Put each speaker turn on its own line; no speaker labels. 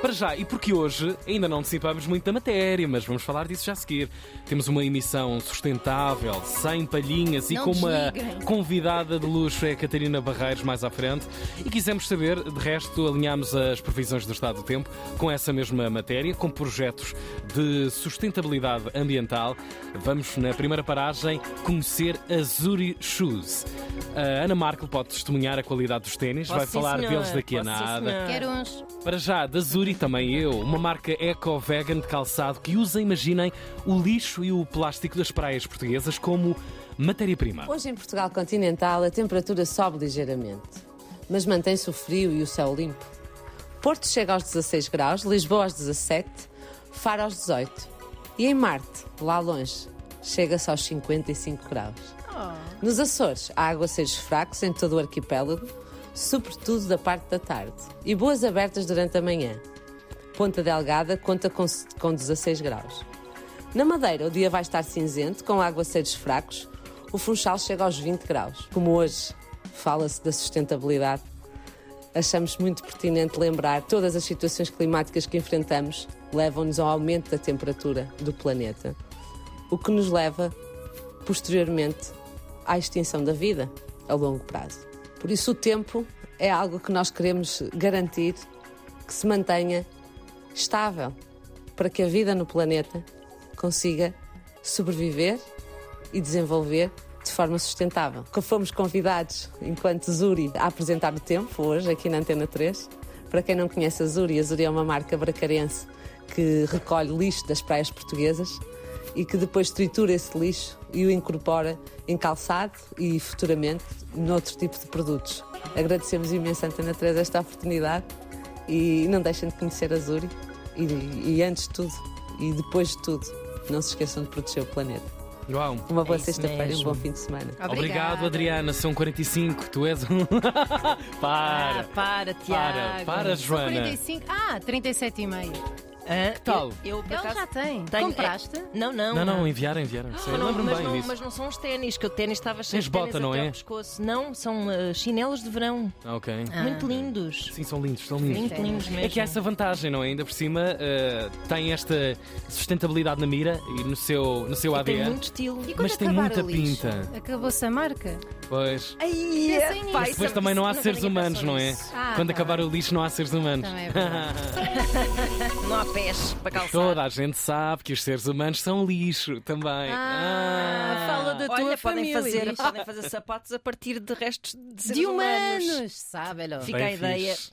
Para já, e porque hoje ainda não antecipamos muito da matéria, mas vamos falar disso já a seguir. Temos uma emissão sustentável, sem palhinhas e
Não
com uma
desliguem.
convidada de luxo, é a Catarina Barreiros, mais à frente. E quisemos saber, de resto, alinhámos as previsões do estado do tempo com essa mesma matéria, com projetos de sustentabilidade ambiental. Vamos, na primeira paragem, conhecer a Zuri Shoes. A Ana Markel pode testemunhar a qualidade dos ténis,
Posso
vai
sim,
falar
senhora.
deles daqui a
Posso sim,
nada.
senhora.
Quero uns.
Para já, da Zuri também eu, uma marca eco-vegan de calçado que usa, imaginem, o lixo e o plástico das praias portuguesas como matéria-prima.
Hoje em Portugal continental a temperatura sobe ligeiramente, mas mantém-se o frio e o céu limpo. Porto chega aos 16 graus, Lisboa aos 17, Faro aos 18. E em Marte, lá longe, chega-se aos 55 graus. Nos Açores, há aguaceiros fracos em todo o arquipélago, sobretudo da parte da tarde, e boas abertas durante a manhã. Ponta Delgada conta com, com 16 graus. Na Madeira, o dia vai estar cinzento, com aguaceiros fracos. O Funchal chega aos 20 graus. Como hoje fala-se da sustentabilidade, achamos muito pertinente lembrar todas as situações climáticas que enfrentamos levam-nos ao aumento da temperatura do planeta, o que nos leva, posteriormente, à extinção da vida a longo prazo. Por isso, o tempo é algo que nós queremos garantir que se mantenha estável para que a vida no planeta consiga sobreviver e desenvolver de forma sustentável. Que fomos convidados, enquanto Zuri, a apresentar o tempo hoje aqui na Antena 3. Para quem não conhece a Zuri, a Zuri é uma marca bracarense que recolhe lixo das praias portuguesas e que depois tritura esse lixo e o incorpora em calçado e futuramente noutro tipo de produtos. Agradecemos imenso à Antena 3 esta oportunidade e não deixem de conhecer a Zuri e, e antes de tudo e depois de tudo não se esqueçam de proteger o planeta
João.
uma boa
É isso
sexta-feira e um
mesmo.
bom fim de semana
Obrigado, Adriana. São 45. Tu és um.
Ah,
para.
para,
Para,
Tiago.
para, Joana.
45. Ah, 37 e meio.
Hã?
tal?
Eu, eu, por
Ele
acaso,
já tem.
tenho-
Compraste?
é- Não, não.
Não, não, enviaram, enviaram. Sim,
Mas
eu
Ah, não-
lembro-me
mas
bem
não,
disso.
Mas não são os ténis, que o ténis estava cheio
És
de
bota,
ténis
não
até
é?
ao pescoço. Não, são ah, chinelos de verão.
Ah, Ok.
Muito lindos.
Sim, são lindos, são lindos.
Muito lindos mesmo.
É que há essa vantagem, não é? Ainda por cima, eh, tem esta sustentabilidade na mira e no seu, no seu
E tem
ADN.
muito estilo.
E quando
Mas tem
acabar
muita
o lixo?
pinta.
Acabou-se a marca?
Pois.
Ai,
Pensei nisso.
pá, isso-
Depois também não há
nunca
seres
ninguém
humanos,
pensou
não é?
nisso.
Ah,
Quando
tá
acabar
bem.
o lixo, não há seres humanos.
Também é verdade.
Não há pés para calçar.
Toda a gente sabe que os seres humanos são lixo também.
Ah, fala da
Olha,
tua
podem
família.
fazer, podem fazer sapatos a partir de restos de seres
De
humanos.
humanos, sabe-lo.
Fica a
Bem
ideia.
fixe.